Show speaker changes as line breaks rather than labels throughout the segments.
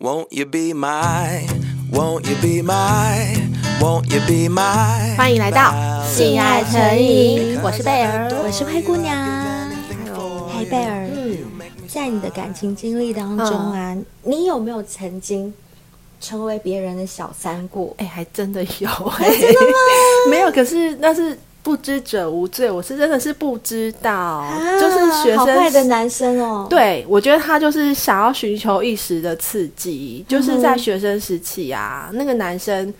Won't you be my? Won't you be my? Won't you be my?
欢迎来到
性爱成瘾我是贝儿
我
我
是
是
灰
灰
姑
姑
娘
娘。
嗨
嗨，贝尔，在你的感情经历当中啊，你有没有曾经成为别人的小三过？
哎、还真的有、哎， 没有，可是那是不知者无罪，我是真的是不知道，就是学
啊好坏的
生。
男生哦。，
对，我觉得他就是想要寻求一时的刺激，就是在
嗯
学生时期啊，那个男生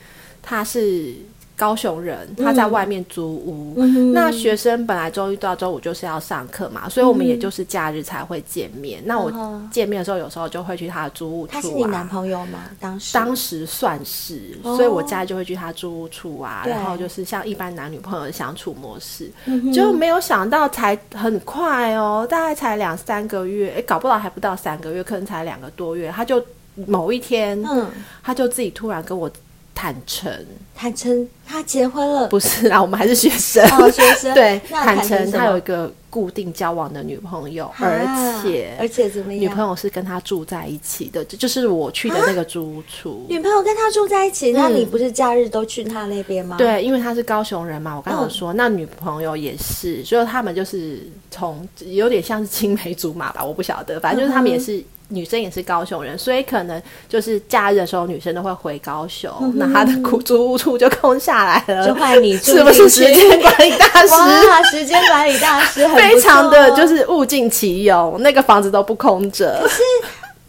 他是高雄人，他在外面租屋，
嗯哼
那学生本来周一到周五就是要上课嘛，所以我们也就是假日才会见面。那我
嗯哼
见面的时候，有时候就会去他的租屋处、啊。
他是你男朋友吗？当时，
当时算是，
哦
所以我家就会去他住处啊，
对嗯
然后就是像一般男女朋友的相处模式，就没有想到才很快哦，大概才两三个月，诶，搞不好还不到三个月，可能才两个多月，他就某一天，
嗯，
他就自己突然跟我坦诚，
坦诚他结婚了，
不是 啊啦，我们还是学生，
哦学 生
对，
那
坦
坦诚
诚
什
他
么
有一个固定交往的女朋友，
啊
而且
而且怎么样？
女朋友是跟他住在一起的，这就是我去的那
啊
个租处。
女朋友跟他住在一起，那你不是假日都去他那边吗？，嗯
对，因为他是高雄人嘛，我刚刚有说，那女朋友也是，所以他们就是从有点像是青梅竹马吧，我不晓得，反正就是他们也
嗯
是、女生也是高雄人，所以可能就是假日的时候女生都会回高雄，
嗯
那他的出租屋处就空下来了，
就换你 住
是不是
进
时
去
间管理大师？
哇，时间管理大师很不错哦
非常的就是物尽其用，那个房子都不空着。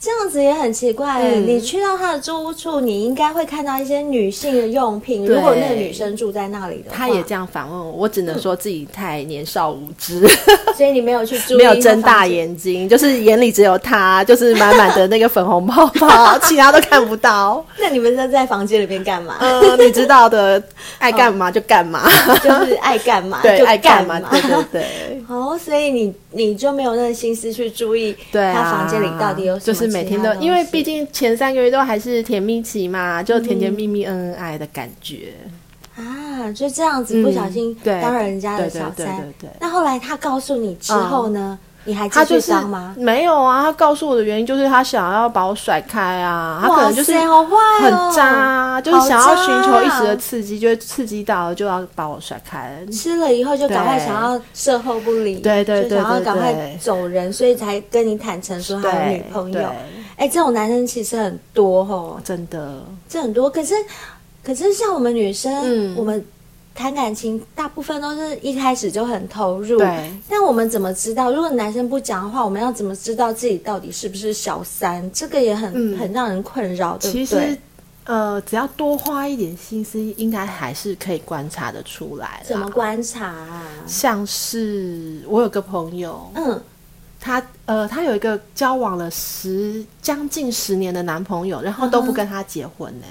这样子也很奇怪、
嗯
你去到他的住屋处，你应该会看到一些女性的用品。
对
如果那个女生住在那里的话，
他也这样反问我，我只能说自己太年少无知。
所以你没有去注意，
没有睁大。眼睛，就是眼里只有 他，就是满满的那个粉红泡泡，其他都看不到。
那你们在在房间里面干嘛？
嗯， 你知道的，爱干嘛就干嘛，
就是爱干嘛
对，
就
爱干
干
嘛，对对 对。
哦，所以你你就没有那个心思去注意
对啊，
他房间里到底有什
就
么
是每
其
天
他
都，因为
东西
毕竟前三个月都还是甜蜜期嘛，就甜
嗯
甜蜜蜜、恩恩爱爱的感觉。
啊，就这样子不小心
嗯对
当人家的小
对对
三。
对对对嗯
那后来他告诉你之后呢？你还
他
继
就
续
是
当吗？
没有啊，他告诉我的原因就是他想要把我甩开啊，他可能就是
哇塞好坏哦
很渣啊，就是想要
好渣
寻
啊
求一时的刺激，就会刺激到就要把我甩开。
吃了以后就赶快
对
想要售后不理，
对对对
就想要
对
赶快
对
走人，所以才跟你坦诚说他有
对
女朋
对
友。哎，这种男生其实很多哦，
真的，
这很多。可是，可是像我们女生，
嗯
我们谈感情大部分都是一开始就很投入。
对
但我们怎么知道？如果男生不讲的话，我们要怎么知道自己到底是不是小三？这个也很、
嗯
很让人困扰，对不
其
对？
实呃，只要多花一点心思，应该还是可以观察得出来啦。
怎么观察、啊？
像是我有个朋友，
嗯，
她呃，她有一个交往了十将近十年的男朋友，然后都不跟她结婚呢、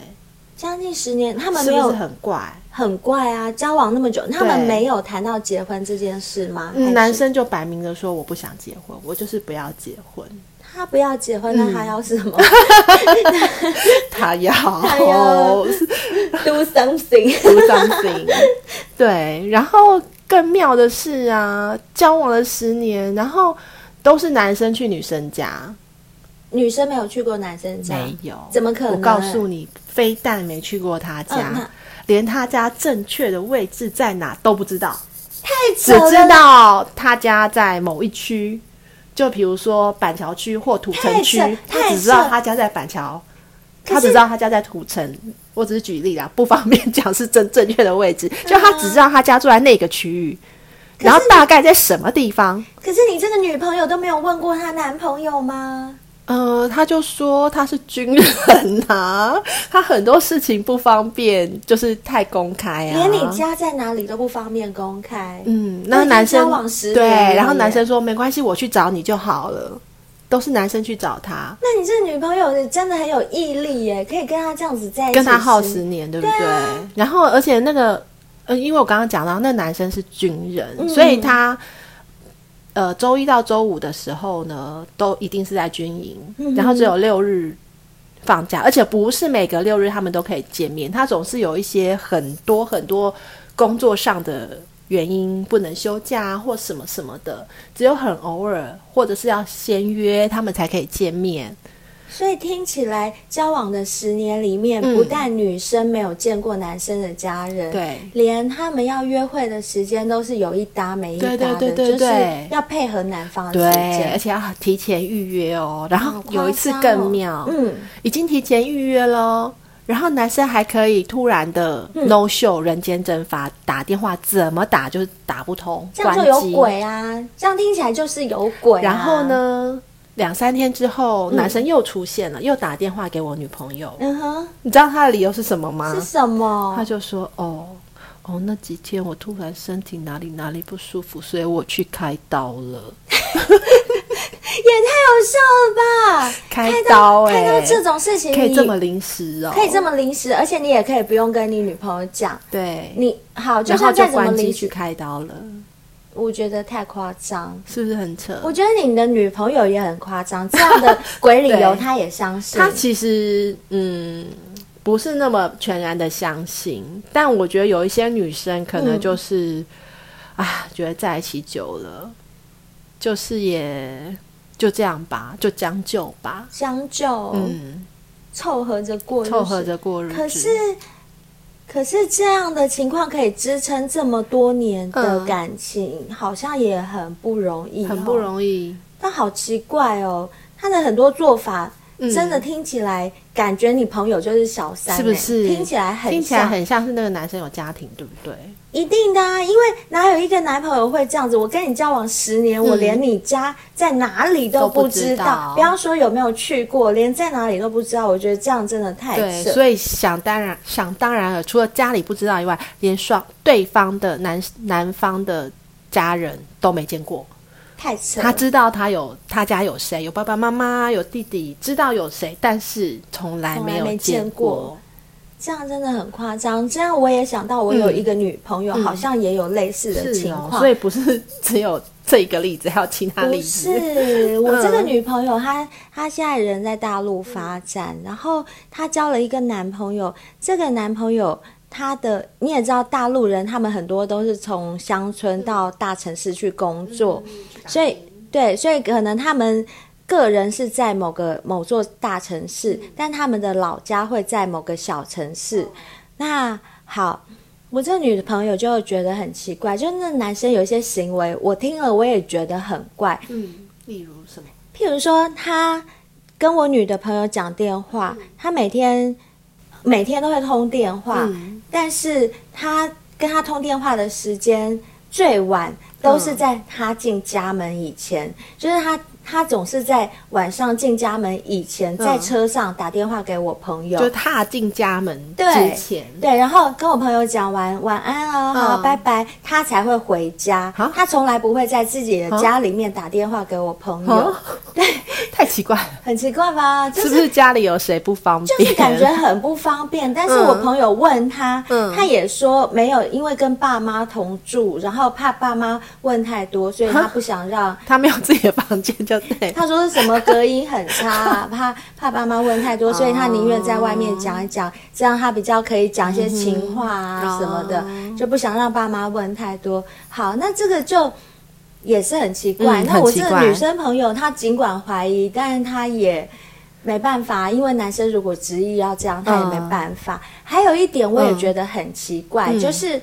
将近十年，嗯他们
是
没
不
有
是很怪？
很怪啊，交往那么久，他们
对
没有谈到结婚这件事吗？还
嗯，
是
男生就摆明了说我不想结婚，我就是不要结婚。
他不要结婚，
嗯
那他要什么
他要
他 要？Do something，
do something。对，然后更妙的是啊，交往了十年，然后都是男生去女生家，
女生没有去过男生家，
没有，
怎么可能
我告诉你，非但没去过他家
嗯，那
连他家正确的位置在哪都不知道。
太扯
只知
了，
道他家在某一区，就比如说板桥区或土城区
太扯，
他只知
太
道
扯
他家在板桥，
可是
他只知道他家在土城。我只是举例啦，不方便讲是正正确的位置，就他只知道他家住在那个区域，然后大概在什么地方。
可是你这个女朋友都没有问过她男朋友吗？
呃，他就说他是军人啊，他很多事情不方便，就是太公开啊。
连你家在哪里都不方便公开。
嗯，
都
那
已经
男生
交往十
对，
年了
然后
耶
男生说没关系，我去找你就好了，都是男生去找他，
那你这个女朋友真的很有毅力耶，可以跟他这样子在一起，
跟他耗十。年，对不对？
对啊
然后而且那个，呃，因为我刚刚讲到那男生是军人，
嗯
所以他。呃，周一到周五的时候呢，都一定是在军营，
嗯哼
然后只有六日放假，而且不是每个六日他们都可以见面，他总是有一些很多很多工作上的原因不能休假啊或什么什么的，只有很偶尔或者是要先约他们才可以见面。
所以听起来，交往的十年里面，
嗯
不但女生没有见过男生的家人，
对
连他们要约会的时间都是有一搭没一搭的，
对对对对
就是
对
要配合男方的时
对，而
间。
且要提前预约哦。然后
好夸
有一次
张哦
更妙，
嗯，
已经提前预约喽。然后男生还可以突然的
嗯
no show 人间蒸发，打电话怎么打就是打不通，
这样就
关
有
机。
鬼啊！这样听起来就是有鬼、啊。
然后？呢，两三天之后，男生又出现了，又打电话给我女朋友。
嗯哼，
你知道他的理由是什么吗
是？什
他
么？
就说：“哦，哦，那几天我突然身体哪里哪里不舒服，所以我去开刀了。
也太好笑了吧！
开
到
刀欸
开到这种事情，
可以
你
这么临时哦，
可以这么临时，而且你也可以不用跟你女朋友讲。
对，
你好，就
然后
算
就
再怎么
关机
临
去
时，
开刀了，
我觉得太夸张。
是不是很扯？
我觉得你的女朋友也很夸张，这样 的鬼理由
对
她也相信。
他其实嗯不是那么全然的相信，但我觉得有一些女生可
嗯
能就是、啊，觉得在一起久了，就是也就这样吧，就将就吧，
将就、
嗯，
凑合着过日子，
凑合。着过日子。
可哦是，可是这样的情况可以支撑这么多年的
嗯
感情，好像也很不容易、哦
很不。容易，
但好奇怪哦，他的很多做法。
嗯
真的听起来，感觉你朋友就是小三、
是不
欸
是？
听起来很
听起来
像
很像是那个男生有家庭，对不对？
一定的、啊，因为哪有一个男朋友会这样子？我跟你交往十年，我连你家在哪里都
嗯都
不知
不知道
不要说有没有去过，连在哪里都不知道。我觉得这样真的太
对，
扯。
所以想当然想当然了，除了家里不知道以外，连双对方的男男方的家人都没见过。
太扯了。
他知道他有他家有谁，有爸爸妈妈，有弟弟，知道有谁，但是从来没
从来
有
没见
过。
这样真的很夸张。这样我也想到，我有一个女朋友，
嗯
好像也有类似的
是
情
哦
况。，
所以不是只有这一个例子，还有其他例
不
子。
是，我这个
嗯
女朋友她她现在人在大陆发展，然后她交了一个男朋友，这个男朋友。他的你也知道，大陆人他们很多都是从乡村到大城市去工作，所以对，所以可能他们个人是在某个某座大城市，但他们的老家会在某个小城市。那好，我这女朋友就觉得很奇怪，就是那男生有一些行为，我听了我也觉得很怪。
嗯，例如什么？
譬如说，他跟我女的朋友讲电话，
嗯
他每天每天都会通电话，
嗯
但是他跟他通电话的时间最晚都是在他进家门以前，
嗯
就是他。他总是在晚上进家门以前，在车上打电话给我朋友，
嗯就踏进家门之
对
前，
对，然后跟我朋友讲完晚安哦，好，
嗯
拜拜，他才会回家
啊。
他从来不会在自己的
啊
家里面打电话给我朋友
啊，
对，
太奇怪了，
很奇怪吧？就是
不是家里有谁不方便？
就是感觉很不方便。但是我朋友问他，
嗯
他也说没有，因为跟爸妈同住，然后怕爸妈问太多，所以他不想让。
他没有自己的房间，就对。
他说是什么隔音很差、 怕怕爸妈问太
哦
多，所以他宁愿在外面讲一讲，这样他比较可以讲一些情话啊
嗯
什么的，
哦
就不想让爸妈问太多。好，那这个就也是很奇怪。
嗯
那我
很奇
这
怪
个女生朋友，她尽管怀疑，但是她也。没办法，因为男生如果执意要这样，他也没办法。还有一点，我也觉得很奇怪，
嗯
就是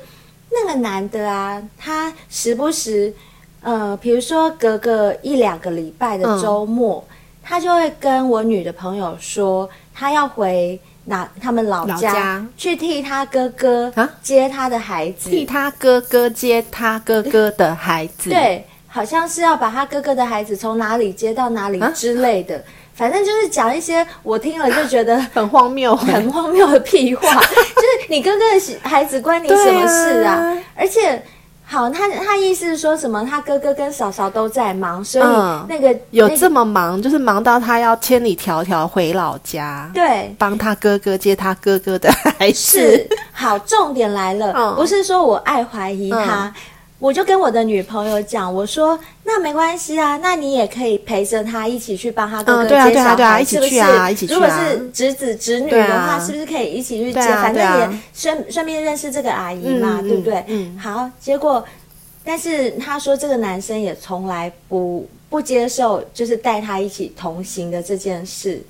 那个男的啊，他时不时，呃，比如说隔个一两个礼拜
嗯
的周末，他就会跟我女的朋友说，他要回哪他们老
老
家
家
去替他哥哥
啊
接他的孩子，
替他哥哥接他哥哥的孩子，，
对，好像是要把他哥哥的孩子从哪里接到哪里
啊
之类的，反正就是讲一些我听了就觉 得。
很荒谬，
很荒谬的 屁话，就是你哥哥的孩子关你什么事啊？
对啊
而且，好，他他意思是说什么？他哥哥跟嫂嫂都在忙，所以
嗯
那个、
有
那
这么忙，就是忙到他要千里迢迢回老家，，
对。
帮他哥哥接他哥哥的孩子，
是好，重点来了，
嗯
不是说我爱怀疑他，我就跟我的女朋友讲，我说那没关系啊，那你也可以陪着他一起去帮他哥哥
嗯
接
对
小
啊
孩，
对啊对啊
是不
一起去
是
啊一起去啊
如果是侄子侄女的
对
话，
啊
是不是可以一起去接？
对啊
反
对
正
啊
也顺顺便认识这个阿姨嘛，
嗯
对不对？
嗯嗯
好，结果但是他说这个男生也从来不不接受，就是带他一起同行的这件事。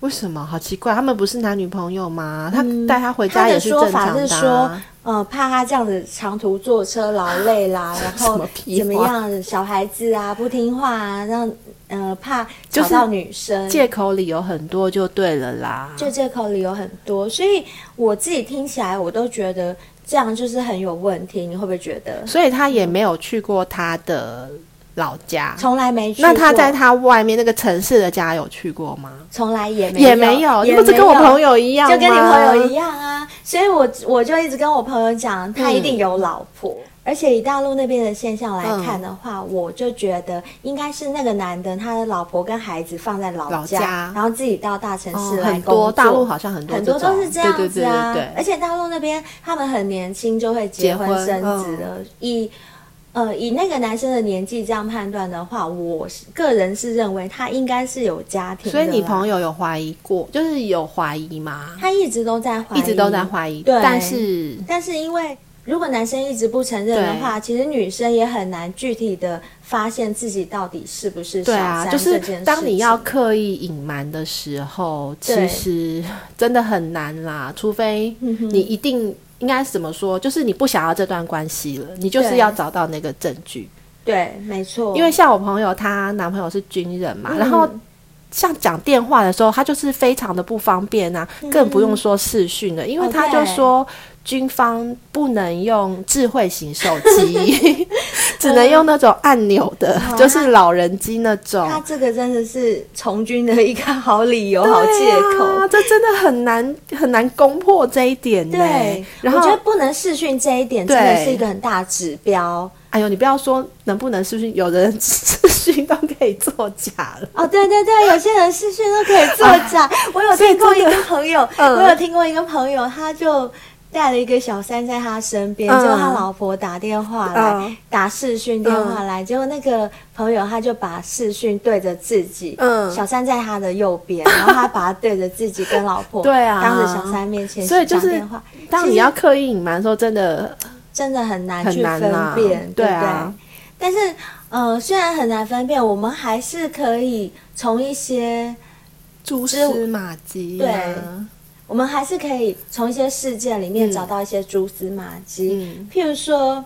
为什么？好奇怪，他们不是男女朋友吗？他
嗯
带他回
他
家
的
也是
说
正
法
常
是
啊
呃，怕他这样子长途坐车劳 累啦，然后
什么屁
怎么
话
样，小孩子啊不听话啊，让呃怕
就
吵
是
到女生，
借口理由很多就对了啦。
嗯就借口理由很多，所以我自己听起来我都觉得这样就是很有问题，你会不会觉得？
所以他也没有去过他的老家。
从来没去过，
那他在他外面那个城市的家有去过吗？
从来也没
也没有，
也
你不是跟我朋友一样
就跟你朋友一
样。
样啊，所以我我就一直跟我朋友讲，他一定有老婆。
嗯
而且以大陆那边的现象来看的话，我就觉得应该是那个男的，他的老婆跟孩子放在老
老家
然后自己到大城
哦
市来
很
工作。
多大陆好像很多
很多
种
都是这样
对
子
对对
啊。
对对
而且大陆那边他们很年轻就会结
结
婚
婚
生
嗯
子了，以呃以那个男生的年纪这样判断的话，我是个人是认为他应该是有家庭的
所
啦。
以你朋友有怀疑过，就是有怀疑吗？
他一直都在怀疑，
一直都在怀疑，
对
但是
但是因为如果男生一直不承认的话，其实女生也很难具体的发现自己到底是不是小
对啊，
三
就
这
是
件事情。
当你要刻意隐瞒的时候，其
对
实 真的很难啦，除非
嗯哼
你一定。应该是怎么说？就是你不想要这段关系了，你就是
对
要找到那个证据。
对，没错，
因为像我朋友，她男朋友是军人嘛，
嗯
然后像讲电话的时候，她就是非常的不方便啊，更不用说视讯了，因为
哦
她就
对
说军方不能用智慧型手机， 只能用那种按钮的，就是老人机那种。
他这个真的是从军的一个好理由、好
对
借口。
啊，这真的很难很难攻破这一点呢。
对，
然
我
后
觉得不能视讯这一点真的
对
是一个很大的指标
哎呦，你不要说能不能视讯，有的人 视讯都可以作假了。
哦。对对对，有些人视讯都可以作假。我有
啊所以
听过一
真的
个朋友，
嗯
我有听过一个朋友，他就带了一个小三在他身边，
嗯
结果他老婆打电话来，
嗯
打视讯电话来，结果那个朋友他就把视讯对着自己，
嗯
小三在他的右边，然后他把他对着自己跟老婆，
对啊
当着小三面前
所以就
讲
是
电话，
当
其
你
实
要刻意隐瞒的时候，真的
真的很难
很
去
难
分
啦
辨，对
对
不
啊
对？但是，呃，虽然很难分辨，我们还是可以从一些，
蛛
丝
丝马迹、
啊我们还是可以从一些事件里面
嗯
找到一些蛛丝马迹。
嗯
譬如说，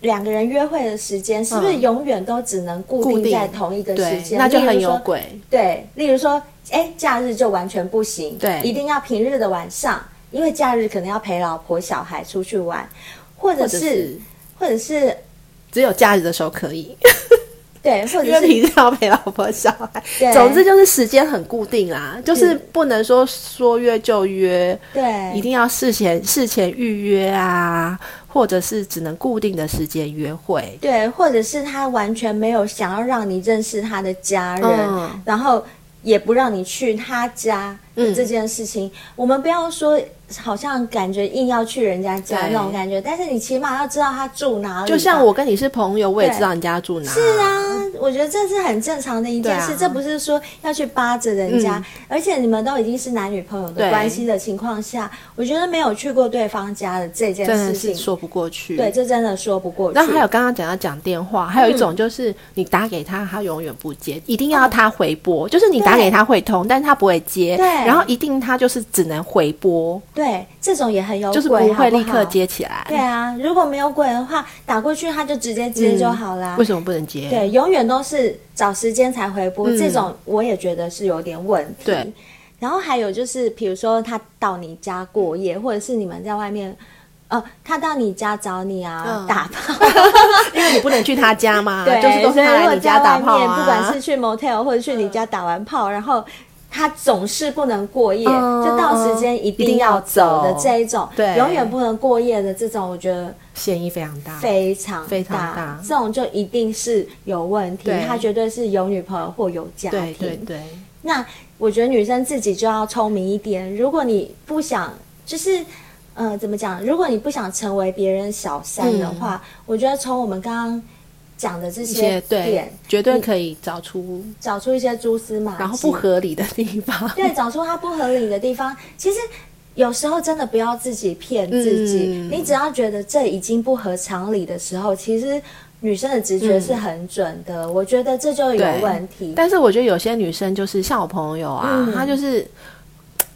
两个人约会的时间是不是
嗯
永远都只能固
固
定
定
在同一个时
对，
间？
那就
例
很
如说
有鬼。
对，例如说，哎，假日就完全不行，
对
一定要平日的晚上，因为假日可能要陪老婆小孩出去玩，或
或
者
者
是
是
或者是
只有假日的时候可以，
对，或
因为
者是
平时要陪老婆小孩
对。
总之就是时间很固定啦，就是
嗯
不能说说约就约，一
对
定要事前事前预约啊，或者是只能固定的时间约会。
对，或者是他完全没有想要让你认识他的家人，
嗯
然后也不让你去他家的
嗯
这件事情，我们不要说。好像感觉硬要去人家家
对
那种感觉，但是你起码要知道他住哪里吧。
就像我跟你是朋友，我也
对
知道你家住哪。
嗯是啊，我觉得这是很正常的一件事，
对啊
这不是说要去扒着人家，
嗯
而且你们都已经是男女朋友的
对
关系的情况下，我觉得没有去过对方家的这件
真
事
的是
情，
说不过去。
对，这真的说不过去。嗯
然后还有刚刚讲到讲电话，还有一种就是你打给他，他永远不接，一定要他回拨，就是你打给他会通，但是他不会接，
哦对
然后一定他就是只能回拨，
对这种也很有鬼，
就是不会立
好
刻
好。
接起来。
对啊，如果没有鬼的话，打过去他就直接接就好啦。
为什嗯么不能接？
对，永远都是找时间才回拨，
嗯
这种我也觉得是有点问题。
对，
然后还有就是，比如说他到你家过夜，或者是你们在外面，呃，他到你家找你啊，
嗯
打炮，
因为你不能去他家嘛，
对，
就是都是
所以
他
如
来
果
你家
在
打
外
炮
面，
啊。
不管是去 motel 或者去你家打完炮，然后。他总是不能过夜，
嗯
就到时间一定要走的这一种，
对
永远不能过夜的这种，我觉得
嫌疑非常大，
非常
非常大
这种就一定是有问题，
对
他绝对是有女朋友或有家
对
庭。
对对，
那我觉得女生自己就要聪明一点，如果你不想，就是。呃，怎么讲？如果你不想成为别人小三的话，我觉得从我们刚刚讲的这
嗯一
些嗯
些对
点，
绝对
你
可以找出，
找出一些蛛丝马迹，
然后不合理的地方。
对，找出它不合理的地方。其实有时候真的不要自己骗自己，
嗯
你只要觉得这已经不合常理的时候，其实女生的直觉是很准的。我觉得这就有
嗯对
问题。
但是我觉得有些女生就是像我朋友啊，
嗯
她就是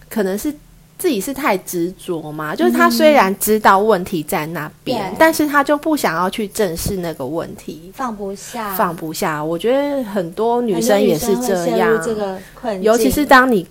可能是自己是太执着嘛，就是她虽然知道问题在那边，
嗯对
但是她就不想要去正视那个问题，
放不下，
放不下。我觉得很多女
啊很多
生也是
会
这
陷入
样，
这个困境，
尤其是当你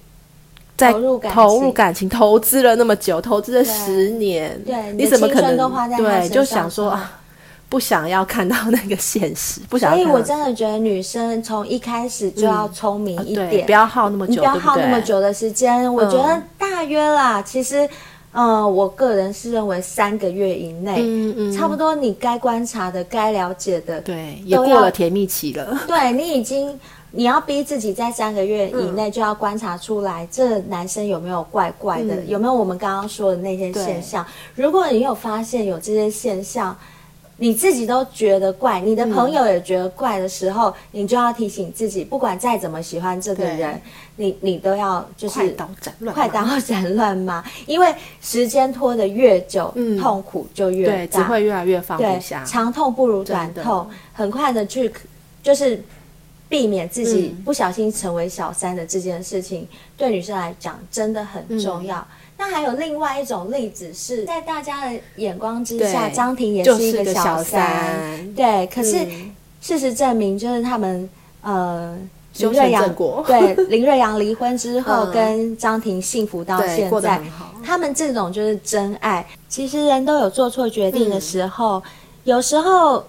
在
投入感
投
情
入感情、投资了那么久，投资了十年，
对
你
的
怎么
青
可
春
能
都花在他
对
身
就
上
想说
了
啊，不想要看到那个现实，不想
所
要
以
看
我
到
真的觉得女生从一开始就要聪明一
嗯啊对，
点，
不要耗那么久，
你不要
对
耗那么
对嗯
久的时间。我觉得大约啦，其实，呃，我个人是认为三个月以内，
嗯嗯
哎差不多你该观察的、该了解的，
对，也
都
过
要
了甜蜜期了。
对你已经。你要逼自己在三个月以内就要观察出来，这男生有没有怪怪的，
嗯
有没有我们刚刚说的那些
对
现象？如果你有发现有这些现象，你自己都觉得怪，你的朋友也觉得怪的时候，你就要提醒自己，不管再怎么喜欢这个
对
人，你你都要就是
快刀斩乱麻
快刀斩乱麻，因为时间拖得越久，
嗯
痛苦就越
对，
大，
只会越来越放
对
不下。
长痛不如短
真的
痛，很快的去就是避免自己
嗯
不小心成为小三的这件事情，对女生来讲真的很重
嗯
要。那还有另外一种例子是在大家的眼光之下，
对
张庭也
就是
一
个小
小
三
对。可是
嗯
事实证明，就是他们呃。
修
林
成
瑞阳
正果
对林瑞阳离婚之后，
嗯
跟张庭幸福到
对
现
过得
在
很好，
他们这种就是真爱。其实人都有做错决
嗯
定的时候，有时候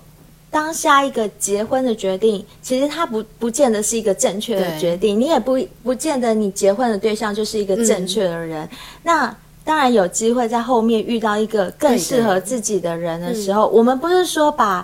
当下一个结婚的决定，其实它不不见得是一个正确的
对
决定，你也不不见得你结婚的对象就是一个正确的人。
嗯
那当然有机会在后面遇到一个更适合自己的人的时候，我们不是说把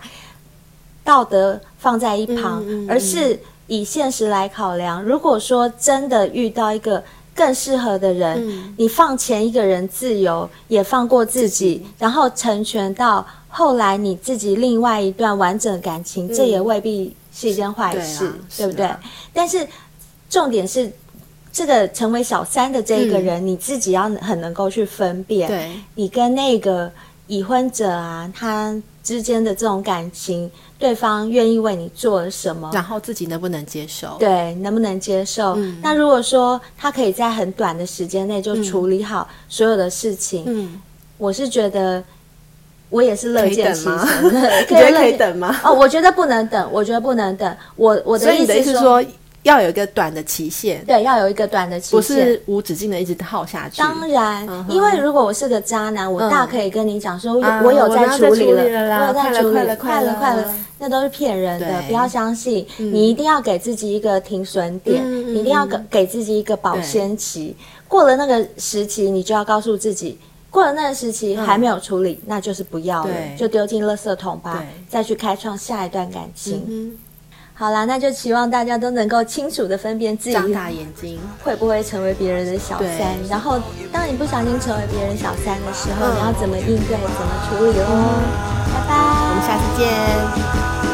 道德放在一旁，
嗯嗯嗯
而是以现实来考量。如果说真的遇到一个更适合的人，
嗯
你放前一个人自由，也放过自己，然后成全到后来你自己另外一段完整的感情，这也未必是一件坏事，
嗯对啊
不对？
是啊
但是重点是。这个成为小三的这一个人，你自己要很能够去分辨。
嗯对，
你跟那个已婚者啊，他之间的这种感情，对方愿意为你做了什么？
然后自己能不能接受？
对，能不能接受？
嗯
那如果说他可以在很短的时间内就处理好所有的事情，
嗯，
我是觉得我也是乐
可以
见
等
其
吗
成。
你觉得可
乐
以
见
等吗？
哦，我觉得不能等，我觉得不能等。我我
所以你
意
的意
思
思
是
是，说要有一个短的期限，
对，要有一个短的期限。
不是无止境的一直耗下去。
当然
嗯，哼嗯
因为如果我是个渣男，我大可以跟你讲说，
啊
我有
我没有在
处理
处理了啦
我有在处理
快了
了，
快了
了，
快
快
了
了，那都是骗人的，
对嗯
不要相信。你一定要给自己一个停损点，
嗯嗯
你一定要给
嗯
给自己一个保鲜期。过了那个时期，你就要告诉自己。过了那个时期还没有处理，那就是不要了，
对
就丢进垃圾桶吧
对，
再去开创下一段感情。
嗯
好啦，那就期望大家都能够清楚的分辨自
哼，
己
张大眼睛，
会不会成为别人的小三？
对嗯
然后，当你不小心成为别人小三的时候，你要怎么应对、怎么处理哦？拜拜。
我们下次见。